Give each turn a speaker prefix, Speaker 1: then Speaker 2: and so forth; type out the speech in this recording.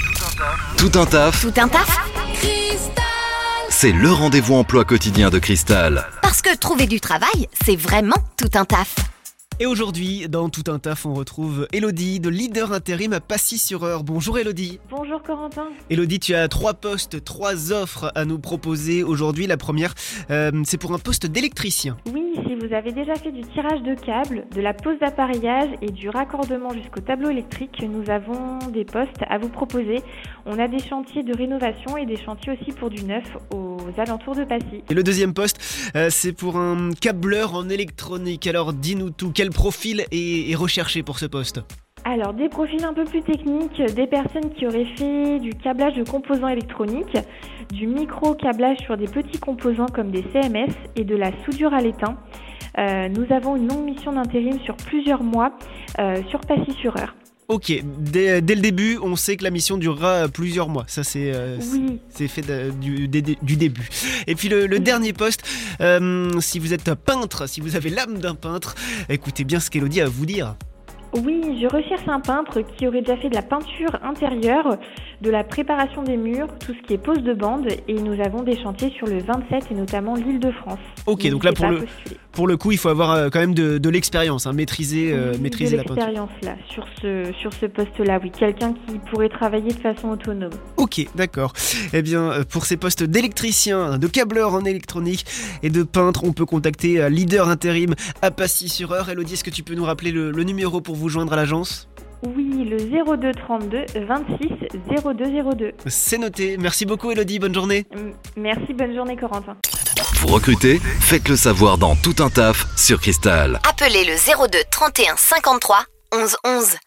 Speaker 1: Tout un taf,
Speaker 2: Tout un taf
Speaker 1: c'est le rendez-vous emploi quotidien de Cristal.
Speaker 2: Parce que trouver du travail, c'est vraiment tout un taf.
Speaker 3: Et aujourd'hui, dans Tout un taf, on retrouve Elodie de leader intérim à Passy-sur-Eure. Bonjour Elodie.
Speaker 4: Bonjour Corentin.
Speaker 3: Elodie, tu as trois postes, trois offres à nous proposer aujourd'hui. La première, euh, c'est pour un poste d'électricien.
Speaker 4: Oui, si vous avez déjà fait du tirage de câbles, de la pose d'appareillage et du raccordement jusqu'au tableau électrique, nous avons des postes à vous proposer. On a des chantiers de rénovation et des chantiers aussi pour du neuf aux alentours de Passy.
Speaker 3: Et le deuxième poste, euh, c'est pour un câbleur en électronique. Alors dis-nous tout, quel profil est, est recherché pour ce poste
Speaker 4: Alors, des profils un peu plus techniques, des personnes qui auraient fait du câblage de composants électroniques, du micro-câblage sur des petits composants comme des CMS et de la soudure à l'étain. Euh, nous avons une longue mission d'intérim sur plusieurs mois euh, sur Passy-sur-Eure.
Speaker 3: Ok, dès, dès le début, on sait que la mission durera plusieurs mois. Ça, c'est euh,
Speaker 4: Oui,
Speaker 3: c'est fait de- du, dé- dé- du début. Et puis le, le dernier poste, euh, si vous êtes un peintre, si vous avez l'âme d'un peintre, écoutez bien ce qu'Elodie a à vous dire.
Speaker 4: Oui, je recherche un peintre qui aurait déjà fait de la peinture intérieure, de la préparation des murs, tout ce qui est pose de bande, et nous avons des chantiers sur le 27 et notamment l'île de France.
Speaker 3: Ok, donc là, pour le- Pour le coup, il faut avoir euh, quand même de, de l'expérience, hein, maîtriser, euh, maîtriser la peinture.
Speaker 4: l'expérience là, sur ce, sur ce poste-là, oui. Quelqu'un qui pourrait travailler de façon autonome.
Speaker 3: Ok, d'accord. Eh bien, euh, pour ces postes d'électricien, de câbleur en électronique et de peintre, on peut contacter euh, leader intérim à Passy-sur-Eure. Elodie, est-ce que tu peux nous rappeler le- le numéro pour vous joindre à l'agence
Speaker 4: Oui, le 02 32 26 02 02.
Speaker 3: C'est noté. Merci beaucoup, Elodie. Bonne journée.
Speaker 4: M- Merci, bonne journée Corentin.
Speaker 1: Vous recrutez Faites le savoir dans Tout un taf sur Cristal.
Speaker 2: Appelez le 02 31 53 11 11.